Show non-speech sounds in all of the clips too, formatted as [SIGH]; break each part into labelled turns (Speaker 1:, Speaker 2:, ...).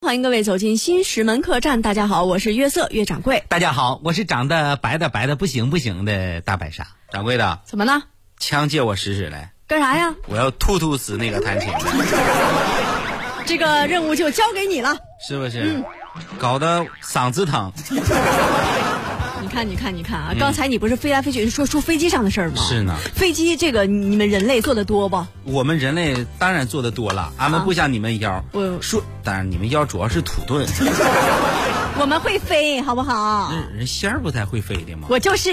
Speaker 1: 欢迎各位走进新石门客栈。大家好，我是月色月掌柜。
Speaker 2: 大家好，我是长得白的白的不行不行的大白鲨。掌柜的，
Speaker 1: 怎么了？
Speaker 2: 枪借我使使来，
Speaker 1: 干啥呀？
Speaker 2: 我要突突死那个弹琴的，
Speaker 1: 这个任务就交给你了。
Speaker 2: 是不是？搞得嗓子疼。
Speaker 1: 你看，你看，你看啊！刚才你不是飞来飞去说出飞机上的事儿吗？
Speaker 2: 嗯是呢
Speaker 1: 飞机这个你们人类做的多不？
Speaker 2: 我们人类当然做的多了，俺们不像你们腰。
Speaker 1: 我
Speaker 2: 说，当然你们腰主要是土遁，
Speaker 1: 我们会飞，好不好？
Speaker 2: 人仙儿不太会飞的吗？
Speaker 1: 我就是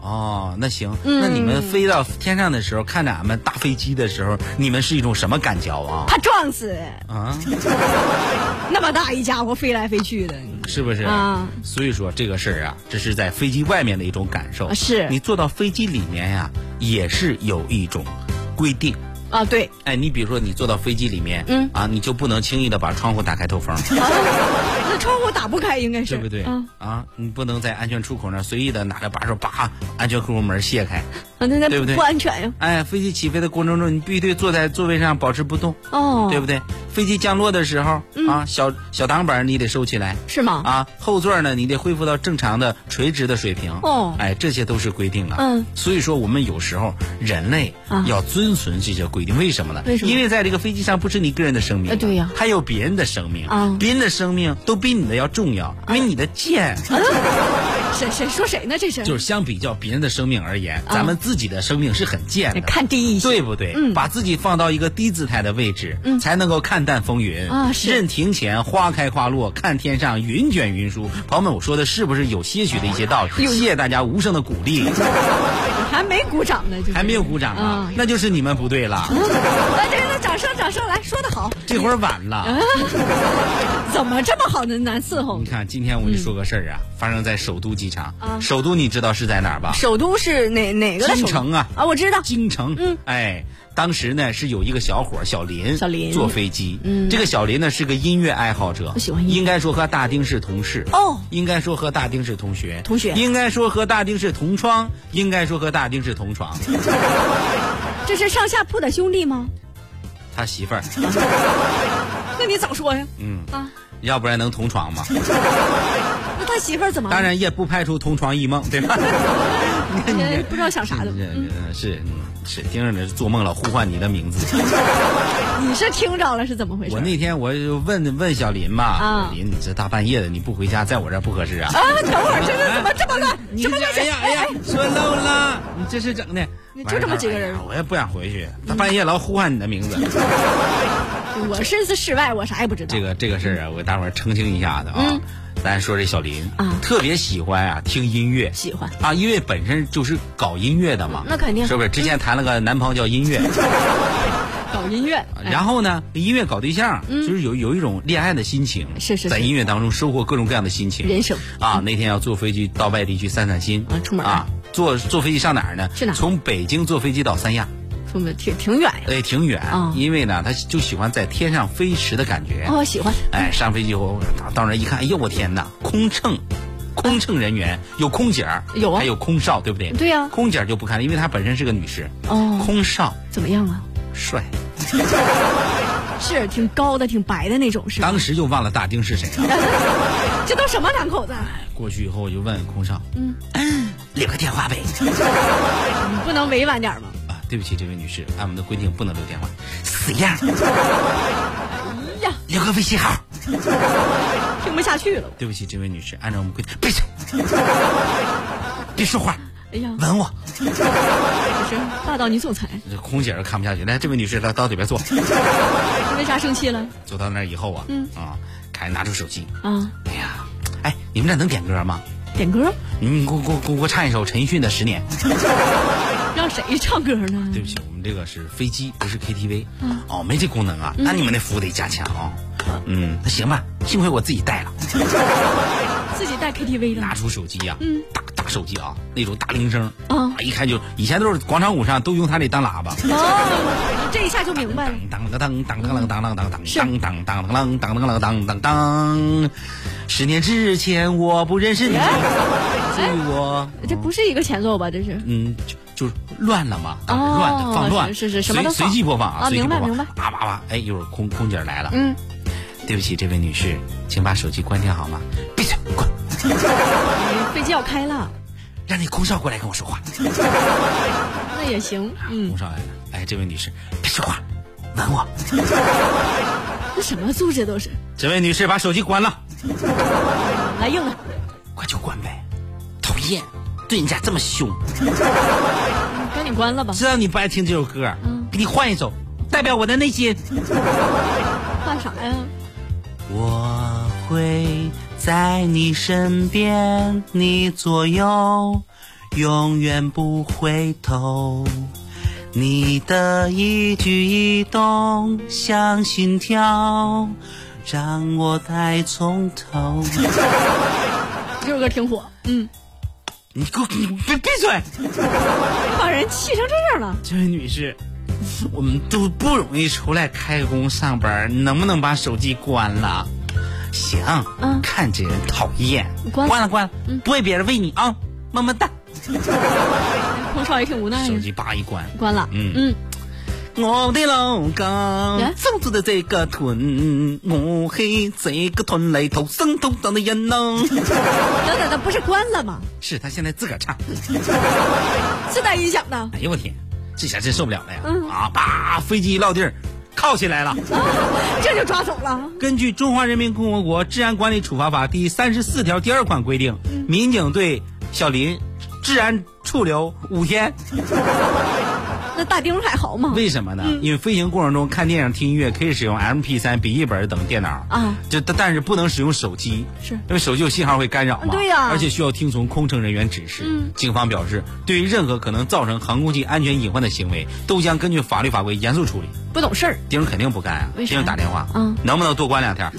Speaker 2: 哦，那行，那你们飞到天上的时候，看着俺们大飞机的时候，你们是一种什么感觉啊？
Speaker 1: 怕撞死
Speaker 2: 啊，
Speaker 1: [LAUGHS] 那么大一家伙飞来飞去的。
Speaker 2: 是不是？
Speaker 1: 啊
Speaker 2: 所以说这个事儿啊，这是在飞机外面的一种感受。
Speaker 1: 啊是
Speaker 2: 你坐到飞机里面呀、也是有一种规定。
Speaker 1: 啊，对，
Speaker 2: 哎，你比如说你坐到飞机里面，
Speaker 1: 嗯
Speaker 2: 啊，你就不能轻易的把窗户打开透风，
Speaker 1: 那窗户打不开，应该是
Speaker 2: 对不对？
Speaker 1: 啊，
Speaker 2: 啊，你不能在安全出口那儿随意的拿着把手把安全出口门卸开。
Speaker 1: 啊那那
Speaker 2: 对不对
Speaker 1: 不安全呀。
Speaker 2: 哎，飞机起飞的过程中，你必须得坐在座位上保持不动，
Speaker 1: 哦，嗯
Speaker 2: 对不对？飞机降落的时候、啊，小小挡板你得收起来，
Speaker 1: 是吗？
Speaker 2: 啊，后座呢你得恢复到正常的垂直的水平。
Speaker 1: 哦
Speaker 2: 哎，这些都是规定啊。
Speaker 1: 嗯，
Speaker 2: 所以说我们有时候人类
Speaker 1: 啊
Speaker 2: 要遵循这些规定，为什么呢？
Speaker 1: 为什么
Speaker 2: 因为在这个飞机上不是你个人的生命啊，
Speaker 1: 呃对呀
Speaker 2: 还有别人的生命
Speaker 1: 啊
Speaker 2: 别人的生命都比你的要重要，因为你的贱，
Speaker 1: 啊谁谁说谁呢？这是
Speaker 2: 就是相比较别人的生命而言，
Speaker 1: 啊
Speaker 2: 咱们自己的生命是很贱的。
Speaker 1: 看低一些。
Speaker 2: 对不对？
Speaker 1: 嗯
Speaker 2: 把自己放到一个低姿态的位置，
Speaker 1: 嗯
Speaker 2: 才能够看淡风云
Speaker 1: 啊是
Speaker 2: 任庭前花开花落，看天上云卷云舒。朋友们，我说的是不是有些许的一些道理？谢谢大家无声的鼓
Speaker 1: [LAUGHS]
Speaker 2: 励，
Speaker 1: 还没鼓掌呢，就是
Speaker 2: 还没
Speaker 1: [LAUGHS]
Speaker 2: 有鼓掌啊？
Speaker 1: 嗯
Speaker 2: 那就是你们不对了，
Speaker 1: 啊来，这个掌声，掌声，来说的好，
Speaker 2: 这会儿晚
Speaker 1: 啊
Speaker 2: 了。
Speaker 1: 怎么这么好呢？难伺候
Speaker 2: 你？看，今天我就说个事儿啊，发生在首都机场。
Speaker 1: 嗯啊
Speaker 2: 首都你知道是在哪儿吧？
Speaker 1: 首都是哪哪个的首
Speaker 2: 京
Speaker 1: 都？
Speaker 2: 城啊
Speaker 1: 啊，我知道。
Speaker 2: 京城，
Speaker 1: 嗯
Speaker 2: 哎，当时呢是有一个小伙儿小林，
Speaker 1: 小林
Speaker 2: 坐飞机，
Speaker 1: 嗯
Speaker 2: 这个小林呢是个音乐爱好者，
Speaker 1: 我喜欢音乐
Speaker 2: 应该说和大丁是同事
Speaker 1: 哦
Speaker 2: 应该说和大丁是同学，
Speaker 1: 同学
Speaker 2: 应该说和大丁是同窗，应该说和大丁是同床，
Speaker 1: 这是上下铺的兄弟吗？
Speaker 2: 他媳妇儿，
Speaker 1: 那你早说呀！
Speaker 2: 嗯，
Speaker 1: 啊，
Speaker 2: 要不然能同床吗？
Speaker 1: 嗯那他媳妇儿怎么？
Speaker 2: 当，然也不排除同床异梦，
Speaker 1: [LAUGHS]
Speaker 2: 对吧？
Speaker 1: 哎不知道想啥的
Speaker 2: 是。是是嗯是，听着这做梦老呼唤你的名字。
Speaker 1: 你是听着了是怎么回事？
Speaker 2: 我那天我就问问小林嘛，
Speaker 1: 啊
Speaker 2: 林，你这大半夜的你不回家，在我这儿不合适啊。
Speaker 1: 啊，等会儿，这是怎么这么乱？
Speaker 2: 你
Speaker 1: 什
Speaker 2: 这
Speaker 1: 么乱
Speaker 2: 哎
Speaker 1: 象？
Speaker 2: 呀哎呀，说漏了，你这是整的。
Speaker 1: 你就这么几个人
Speaker 2: 哎呀我也不想回去，大半夜老呼唤你的名字。
Speaker 1: 我是在室外，我啥也不知道
Speaker 2: 这。个这个事儿啊，我给大伙儿澄清一下子啊
Speaker 1: 嗯。
Speaker 2: 咱说这小林
Speaker 1: 啊
Speaker 2: 特别喜欢啊听音乐，
Speaker 1: 喜欢
Speaker 2: 啊，因为本身就是搞音乐的嘛，
Speaker 1: 那肯定嗯
Speaker 2: 是不是？之前谈了个男朋友叫音乐，
Speaker 1: [LAUGHS] 搞音乐，哎
Speaker 2: 然后呢，音乐搞对象，就是有有一种恋爱的心情，
Speaker 1: 嗯是是是
Speaker 2: 在音乐当中收获各种各样的心情，
Speaker 1: 人生
Speaker 2: 啊。那天要坐飞机到外地去散散心
Speaker 1: 啊出门
Speaker 2: 啊，坐坐飞机上哪儿呢？
Speaker 1: 去哪儿
Speaker 2: 从北京坐飞机到三亚，
Speaker 1: 父母挺挺远呀。
Speaker 2: 哎，挺远，
Speaker 1: 啊
Speaker 2: 因为呢，他就喜欢在天上飞驰的感觉。
Speaker 1: 哦，喜欢。
Speaker 2: 哎，上飞机后到到那儿一看，哎呦我天哪，空乘。空乘人员有空姐儿，
Speaker 1: 有啊
Speaker 2: 还有空少，对不对？
Speaker 1: 对呀
Speaker 2: 空姐儿就不看了，因为她本身是个女士。
Speaker 1: 哦，
Speaker 2: 空少
Speaker 1: 怎么样啊？
Speaker 2: 帅，
Speaker 1: 是挺高的，挺白的那种，是吧？
Speaker 2: 当时就忘了大丁是谁了。
Speaker 1: [LAUGHS] 这都什么两口子？啊
Speaker 2: 过去以后我就问空少，嗯，留个电话呗。
Speaker 1: 你不能委婉点吗？
Speaker 2: 啊，对不起，这位女士，按我们的规定不能留电话，死样，
Speaker 1: 哎呀，
Speaker 2: 留个微信号。
Speaker 1: 听不下去了。
Speaker 2: 对不起，这位女士，按照我们规定，闭嘴， [LAUGHS] 别说话，
Speaker 1: 哎呀，
Speaker 2: 吻我。
Speaker 1: 只是霸道女总裁，
Speaker 2: 这空姐儿看不下去，来，这位女士到到里边坐，
Speaker 1: 为啥生气了？
Speaker 2: 坐到那儿以后啊，
Speaker 1: 嗯
Speaker 2: 啊，开始拿出手机，
Speaker 1: 啊，
Speaker 2: 哎呀，哎，你们这能点歌吗？
Speaker 1: 点歌，
Speaker 2: 你给我给我给我唱一首陈奕迅的《十年》。
Speaker 1: 让谁唱歌呢
Speaker 2: 对？不起，我们这个是飞机，不是 KTV，、哦，没这功能啊。那你们那服务得加强啊、嗯，那行吧，幸亏我自己带了，
Speaker 1: 自己带 KTV 的
Speaker 2: 拿出手机呀、大大手机啊，那种大铃声
Speaker 1: 啊
Speaker 2: 一看就以前都是广场舞上都用它这当喇叭。
Speaker 1: 哦，这一下就明白了。
Speaker 2: 当当当当当当当当当当当当当当当当当当，十年之前我不认识你，所以我
Speaker 1: 这不是一个前奏吧？这是
Speaker 2: 嗯，就就是乱了嘛，当时乱的、
Speaker 1: 哦
Speaker 2: 放乱，
Speaker 1: 是是是什么都
Speaker 2: 随
Speaker 1: 放
Speaker 2: 随机播放啊，
Speaker 1: 啊
Speaker 2: 随机播
Speaker 1: 明白
Speaker 2: 放，
Speaker 1: 明白
Speaker 2: 叭叭叭，哎，一会儿空空姐儿来了，
Speaker 1: 嗯，
Speaker 2: 对不起，这位女士，请把手机关掉好吗？闭嘴，滚！
Speaker 1: 飞机要开了，
Speaker 2: 让你空少过来跟我说话。
Speaker 1: 那也行。嗯，
Speaker 2: 空少来了，哎，这位女士，别说话，吻我。
Speaker 1: 这什么素质都是，
Speaker 2: 这位女士，把手机关了，
Speaker 1: 来硬的。
Speaker 2: 快就关呗！讨厌，对人家这么凶，
Speaker 1: 赶紧关了吧。
Speaker 2: 知道你不爱听这首歌，
Speaker 1: 嗯
Speaker 2: 给你换一首，代表我的内心。
Speaker 1: 换啥呀？
Speaker 2: 我会在你身边，你左右，永远不回头。你的一举一动像心跳，让我再从头。
Speaker 1: 这首歌挺火，嗯，
Speaker 2: [LAUGHS] 你给我，你闭闭嘴！
Speaker 1: 把人气成这样了。
Speaker 2: 这位女士，我们都不容易出来开工上班，能不能把手机关了？行，
Speaker 1: 嗯
Speaker 2: 看这人讨厌，
Speaker 1: 关了嗯
Speaker 2: 了关了，不为别人为你啊，么么哒。
Speaker 1: 空少也挺无奈
Speaker 2: 手
Speaker 1: 哎呀，
Speaker 2: 机叭一关，
Speaker 1: 关了。
Speaker 2: 嗯
Speaker 1: 嗯，
Speaker 2: 我的老
Speaker 1: 哎
Speaker 2: 公种植的这个屯，我黑这个屯来土生土长的人呢。
Speaker 1: [LAUGHS] 等等，那不是关了吗？
Speaker 2: 是他现在自个儿唱，
Speaker 1: 自带音响的，
Speaker 2: 哎呦我天，这下真受不了了呀！
Speaker 1: 嗯
Speaker 2: 啊，叭，飞机一落地儿，铐
Speaker 1: [LAUGHS]
Speaker 2: 起来了。
Speaker 1: 这就抓走了。
Speaker 2: 根据《中华人民共和国治安管理处罚法》第三十四条第二款规定，
Speaker 1: 嗯
Speaker 2: 民警对小林治安处留五天。
Speaker 1: 那大丁还好吗？
Speaker 2: 为什么呢？
Speaker 1: 嗯
Speaker 2: 因为飞行过程中看电影、听音乐可以使用 MP 三、笔记本等电脑
Speaker 1: 啊，
Speaker 2: 就但但是不能使用手机，
Speaker 1: 是啊
Speaker 2: 因为手机有信号会干扰嘛。
Speaker 1: 对呀嗯
Speaker 2: 而且需要听从空乘人员指示。警方表示，对于任何可能造成航空器安全隐患的行为，都将根据法律法规严肃处理。
Speaker 1: 不懂事儿。
Speaker 2: 丁肯定不干啊，
Speaker 1: 为啥
Speaker 2: 丁打电话，
Speaker 1: 嗯
Speaker 2: 能不能多关
Speaker 1: [LAUGHS]
Speaker 2: 两天？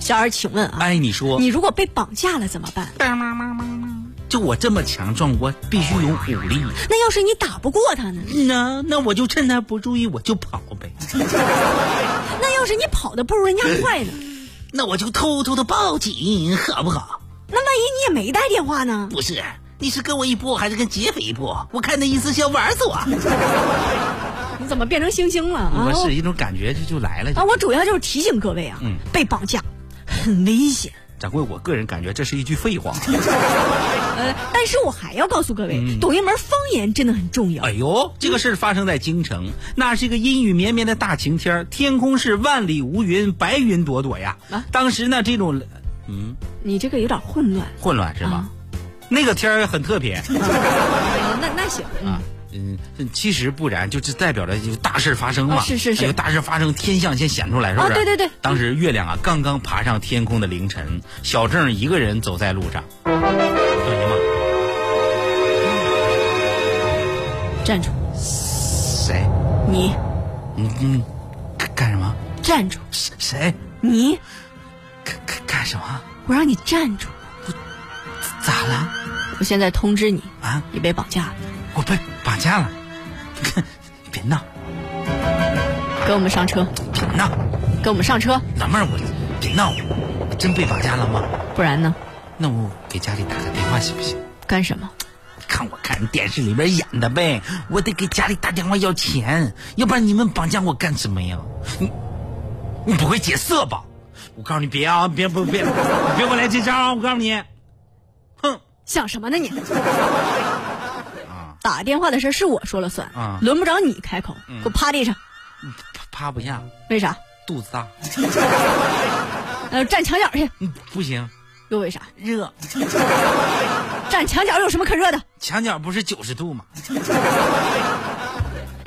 Speaker 1: 小二，请问啊，
Speaker 2: 哎，你说
Speaker 1: 你如果被绑架了怎么办？
Speaker 2: 就我这么强壮，我必须有武力。
Speaker 1: 那要是你打不过他呢？
Speaker 2: 那那我就趁他不注意，我就跑呗。
Speaker 1: 那要是你跑的不如人家快呢？
Speaker 2: [LAUGHS] 那我就偷偷的报警，好不好？
Speaker 1: 那万一你也没带电话呢？
Speaker 2: 不是，你是跟我一波还是跟劫匪一波？我看那意思是要玩死我。
Speaker 1: 你怎么变成星星了啊？
Speaker 2: 我是一种感觉就就来了。
Speaker 1: 啊，我主要就是提醒各位啊，
Speaker 2: 嗯
Speaker 1: 被绑架很危险。
Speaker 2: 掌柜，我个人感觉这是一句废话。
Speaker 1: 呃，但是我还要告诉各位，懂一门方言真的很重要。
Speaker 2: [LAUGHS] 嗯哎呦，这个事儿发生在京城，那是一个阴雨绵绵的大晴天儿，天空是万里无云，白云朵朵呀
Speaker 1: 啊。
Speaker 2: 当时呢，这种
Speaker 1: 你这个有点混乱，
Speaker 2: 混乱是吗？那个天儿很特别。
Speaker 1: 呃那那行，嗯
Speaker 2: 哎啊，嗯，其实不然，就是代表着有大事发生嘛。
Speaker 1: 啊是是是
Speaker 2: 有大事发生，天象先显出来，是不是？
Speaker 1: 啊对对对
Speaker 2: 当时月亮啊，刚刚爬上天空的凌晨，小郑一个人走在路上。哎呀妈！
Speaker 1: 嗯站住，
Speaker 2: 谁？
Speaker 1: 你
Speaker 2: 你你干干什么？
Speaker 1: 站住，
Speaker 2: 谁谁？
Speaker 1: 你，
Speaker 2: 干干干什么？
Speaker 1: 我让你站住！
Speaker 2: 咋了？
Speaker 1: 我现在通知你，
Speaker 2: 啊？
Speaker 1: 你被绑架了，
Speaker 2: 我被绑架了！别闹，
Speaker 1: 跟我们上车，
Speaker 2: 别闹，
Speaker 1: 跟我们上车，
Speaker 2: 老妹儿，我别闹，我真被绑架了吗？
Speaker 1: 不然呢？
Speaker 2: 那我给家里打个电话行不行？
Speaker 1: 干什么？
Speaker 2: 看我看电视里边演的呗，我得给家里打电话要钱，要不然你们绑架我干什么呀？你你不会解色吧？我告诉你别啊，别不别，你别给我来这招啊！我告诉你，哼，
Speaker 1: 想什么呢你？打电话的事儿是我说了算，
Speaker 2: 啊嗯
Speaker 1: 轮不着你开口，给我趴地上。
Speaker 2: 趴趴不下，
Speaker 1: 为啥？
Speaker 2: 肚子大，
Speaker 1: 呃，站墙角去，
Speaker 2: 嗯，不行，
Speaker 1: 又为啥？
Speaker 2: 热，
Speaker 1: 站墙角有什么可热的？
Speaker 2: 墙角不是九十度吗？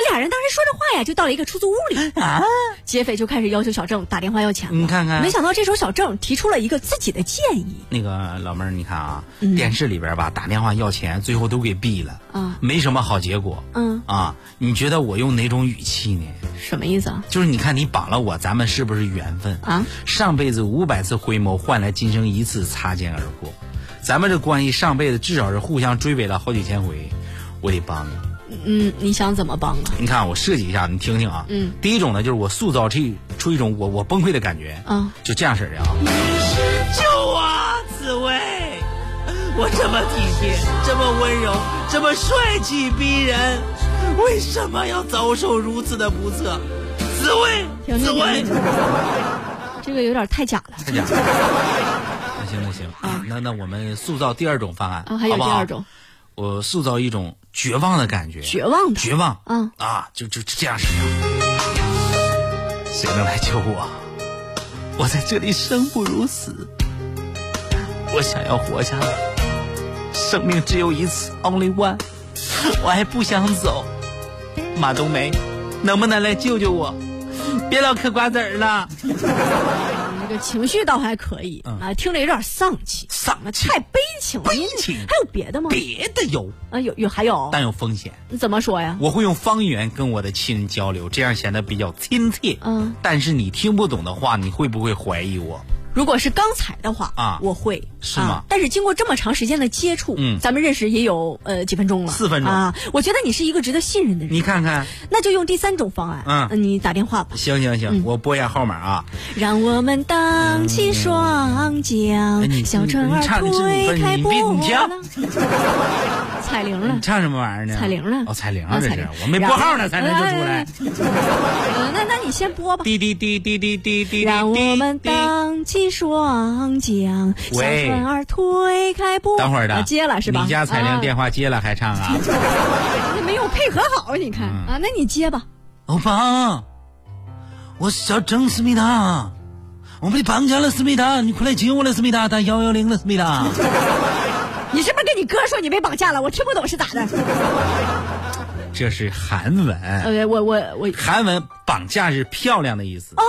Speaker 1: 俩人当时说着话呀，就到了一个出租屋里， [LAUGHS]
Speaker 2: 啊，
Speaker 1: 劫匪就开始要求小郑打电话要钱了。
Speaker 2: 你看看
Speaker 1: 没想到这时候小郑提出了一个自己的建议，
Speaker 2: 那个老妹儿，你看啊，电视里边吧打电话要钱，最后都给毙了，
Speaker 1: 嗯啊
Speaker 2: 没什么好结果，
Speaker 1: 嗯
Speaker 2: 啊，你觉得我用哪种语气呢？
Speaker 1: 什么意思啊？
Speaker 2: 就是你看你绑了我，咱们是不是缘分
Speaker 1: 啊？
Speaker 2: 上辈子五百次回眸，换来今生一次擦肩而过。咱们这关系上辈子至少是互相追尾了好几千回，我得帮你。
Speaker 1: 嗯，你想怎么帮啊？
Speaker 2: 你看我设计一下，你听听啊。
Speaker 1: 嗯。
Speaker 2: 第一种呢，就是我塑造这出一种我我崩溃的感觉。
Speaker 1: 嗯。
Speaker 2: 就这样式儿的啊。
Speaker 3: 救我，紫薇！我这么体贴，这么温柔，这么帅气逼人，为什么要遭受如此的不测？紫薇，
Speaker 1: 停
Speaker 3: 紫
Speaker 1: 停
Speaker 3: 薇
Speaker 1: 停，停，这个有点太假了。
Speaker 2: 太假了。 [LAUGHS] 那行那行，那那我们塑造第二种方案，
Speaker 1: 啊，还有
Speaker 2: 好
Speaker 1: 第
Speaker 2: 不好
Speaker 1: 二种，
Speaker 2: 我塑造一种绝望的感觉，
Speaker 1: 绝望的。
Speaker 2: 绝望，
Speaker 1: 嗯
Speaker 2: 啊，就就这样式的，谁能来救我？我在这里生不如死，我想要活下来，生命只有一次，only one，我 [LAUGHS] 还不想走。马冬梅，能不能来救救我？别老嗑瓜子儿了，
Speaker 1: 这个情绪倒还可以、啊，听着有点丧气，
Speaker 2: 丧嗯气，
Speaker 1: 太悲情了。
Speaker 2: 悲情
Speaker 1: 还有别的吗？
Speaker 2: 别的有，
Speaker 1: 啊，有有还有，
Speaker 2: 但有风险。
Speaker 1: 你怎么说呀？
Speaker 2: 我会用方言跟我的亲人交流，这样显得比较亲切。
Speaker 1: 嗯，
Speaker 2: 但是你听不懂的话，你会不会怀疑我？
Speaker 1: 如果是刚才的话
Speaker 2: 啊
Speaker 1: 我会
Speaker 2: 是吗
Speaker 1: 啊但是经过这么长时间的接触，
Speaker 2: 嗯
Speaker 1: 咱们认识也有呃几分钟了，
Speaker 2: 四分钟
Speaker 1: 啊。我觉得你是一个值得信任的人，
Speaker 2: 你看看，
Speaker 1: 那就用第三种方案，
Speaker 2: 嗯
Speaker 1: 你打电话吧，
Speaker 2: 行行
Speaker 1: 嗯
Speaker 2: 行，我拨一下号码啊。
Speaker 1: 让我们荡起双桨
Speaker 2: 嗯哎你，
Speaker 1: 小船儿
Speaker 2: 你唱的是五
Speaker 1: 推
Speaker 2: 分
Speaker 1: 开
Speaker 2: 你别
Speaker 1: 波
Speaker 2: 你嗯
Speaker 1: 浪
Speaker 2: 听，
Speaker 1: 彩铃了
Speaker 2: 你。唱什么玩意儿呢？
Speaker 1: 嗯彩铃了，
Speaker 2: 哦，彩铃
Speaker 1: 啊
Speaker 2: 啊，这
Speaker 1: 彩
Speaker 2: 是
Speaker 1: 铃哎
Speaker 2: 我没拨号呢，才能就出来。。
Speaker 1: 呃那那你先播吧。
Speaker 2: 滴滴滴滴滴滴滴滴。
Speaker 1: 让我们
Speaker 2: 滴
Speaker 1: 荡起双桨，小
Speaker 2: 喂
Speaker 1: 船儿推开波。
Speaker 2: 等会儿的
Speaker 1: 啊接了是吧？啊
Speaker 2: 你家彩铃电
Speaker 1: 话、
Speaker 2: 话接了还唱啊？
Speaker 1: 啊、你没有配合好，你看、
Speaker 2: 嗯
Speaker 1: 啊，那你接吧。
Speaker 2: 欧巴，哦我是小郑思密达，我们的搬家了，思密达，你快来接我了，思密达，打幺幺零了，思密达。
Speaker 1: 你是不是跟你哥说你被绑架了？我听不懂是咋
Speaker 2: [LAUGHS]
Speaker 1: 的？
Speaker 2: 这是韩文。
Speaker 1: 呃，我我我
Speaker 2: 韩文“绑架”是漂亮的意思哦，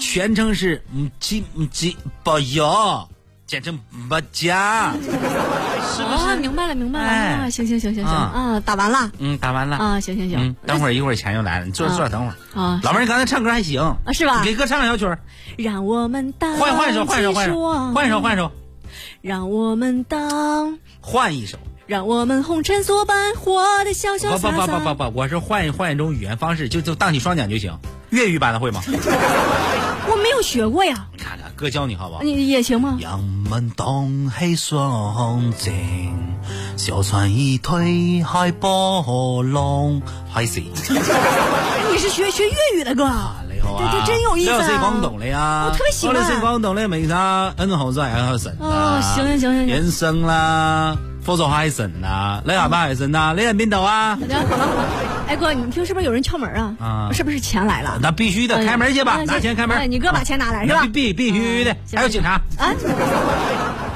Speaker 2: 全称是“母鸡母鸡保佑”，简称“绑架
Speaker 1: 啊，明白了明白了、
Speaker 2: 哎
Speaker 1: 啊，行行行行行
Speaker 2: 啊
Speaker 1: 啊，打完了”。
Speaker 2: 嗯，打完了。
Speaker 1: 啊，行行行，
Speaker 2: 嗯，等会儿一会儿钱又来了，你坐
Speaker 1: 啊
Speaker 2: 坐着等会儿。
Speaker 1: 啊
Speaker 2: 老妹儿，你刚才唱歌还行
Speaker 1: 啊是吧哦
Speaker 2: 你给哥唱个小曲儿，
Speaker 1: 让我们荡
Speaker 2: 换换一首，换一首，
Speaker 1: 起
Speaker 2: 换一首，
Speaker 1: 双
Speaker 2: 换一首，换一首，
Speaker 1: 让我们荡，
Speaker 2: 换一首。
Speaker 1: 让我们红尘作伴，活得潇潇
Speaker 2: 不不
Speaker 1: 洒
Speaker 2: 不不不
Speaker 1: 洒。
Speaker 2: 不，我是换一换一种语言方式，就就荡起双桨就行。粤语版的
Speaker 1: [LAUGHS]
Speaker 2: 会吗？
Speaker 1: 我没有学过呀，
Speaker 2: 你看看，哥教你好不好？
Speaker 1: 你也行吗？
Speaker 2: 人们荡起双桨，小船已推开波浪。开始，
Speaker 1: 你是学学粤语的哥？
Speaker 2: 你好啊！
Speaker 1: 这这真有意思啊
Speaker 2: 六岁广东的呀，
Speaker 1: 我特别喜欢啊
Speaker 2: 六岁广东的美啥嗯好在还有神啊
Speaker 1: 哦行行行行行
Speaker 2: 人生啦，福州海神啦，你阿爸海神
Speaker 1: 嗯
Speaker 2: 啦，你喺边度啊？
Speaker 1: 好了好了好了，哎哥，你听是不是有人敲门啊？
Speaker 2: 啊
Speaker 1: 是不是钱来了？
Speaker 2: 那必须的，
Speaker 1: 哎呀
Speaker 2: 开门去吧，
Speaker 1: 哎
Speaker 2: 拿钱开
Speaker 1: 哎
Speaker 2: 门。
Speaker 1: 你哥把钱拿来是吧
Speaker 2: 那必必必须的
Speaker 1: 嗯，行
Speaker 2: 还有警察。
Speaker 1: 啊！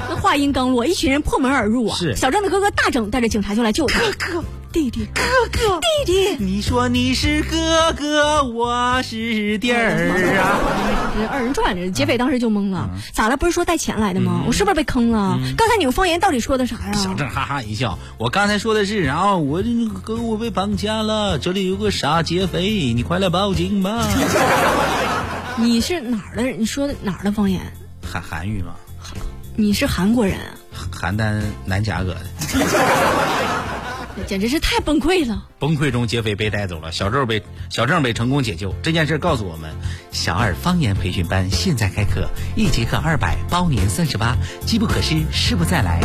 Speaker 1: 那话音刚落，一群人破门而入啊！
Speaker 2: 是
Speaker 1: 小郑的哥哥大郑带着警察就来救他。哥哥，弟弟，哥哥，弟弟。
Speaker 2: 你说你是哥哥，我是弟儿啊。
Speaker 1: 哎这二人转着，劫匪当时就懵了，咋了？不是说带钱来的吗？我是不是被坑了？刚才你们方言到底说的啥呀？
Speaker 2: 小郑哈哈一笑，我刚才说的是，然后我这个哥我被绑架了，这里有个傻劫匪，你快来报警吧。 [LAUGHS]
Speaker 1: 你是哪儿的人？你说的哪儿的方言？
Speaker 2: 韩韩语嘛，
Speaker 1: 你是韩国人啊，
Speaker 2: 邯邯郸南夹革的。
Speaker 1: 简直是太崩溃了。
Speaker 2: 崩溃中，劫匪被带走了，小郑被小郑被成功解救。这件事告诉我们，小二方言培训班现在开课，一节课二百，包年三十八，机不可失，失不再来。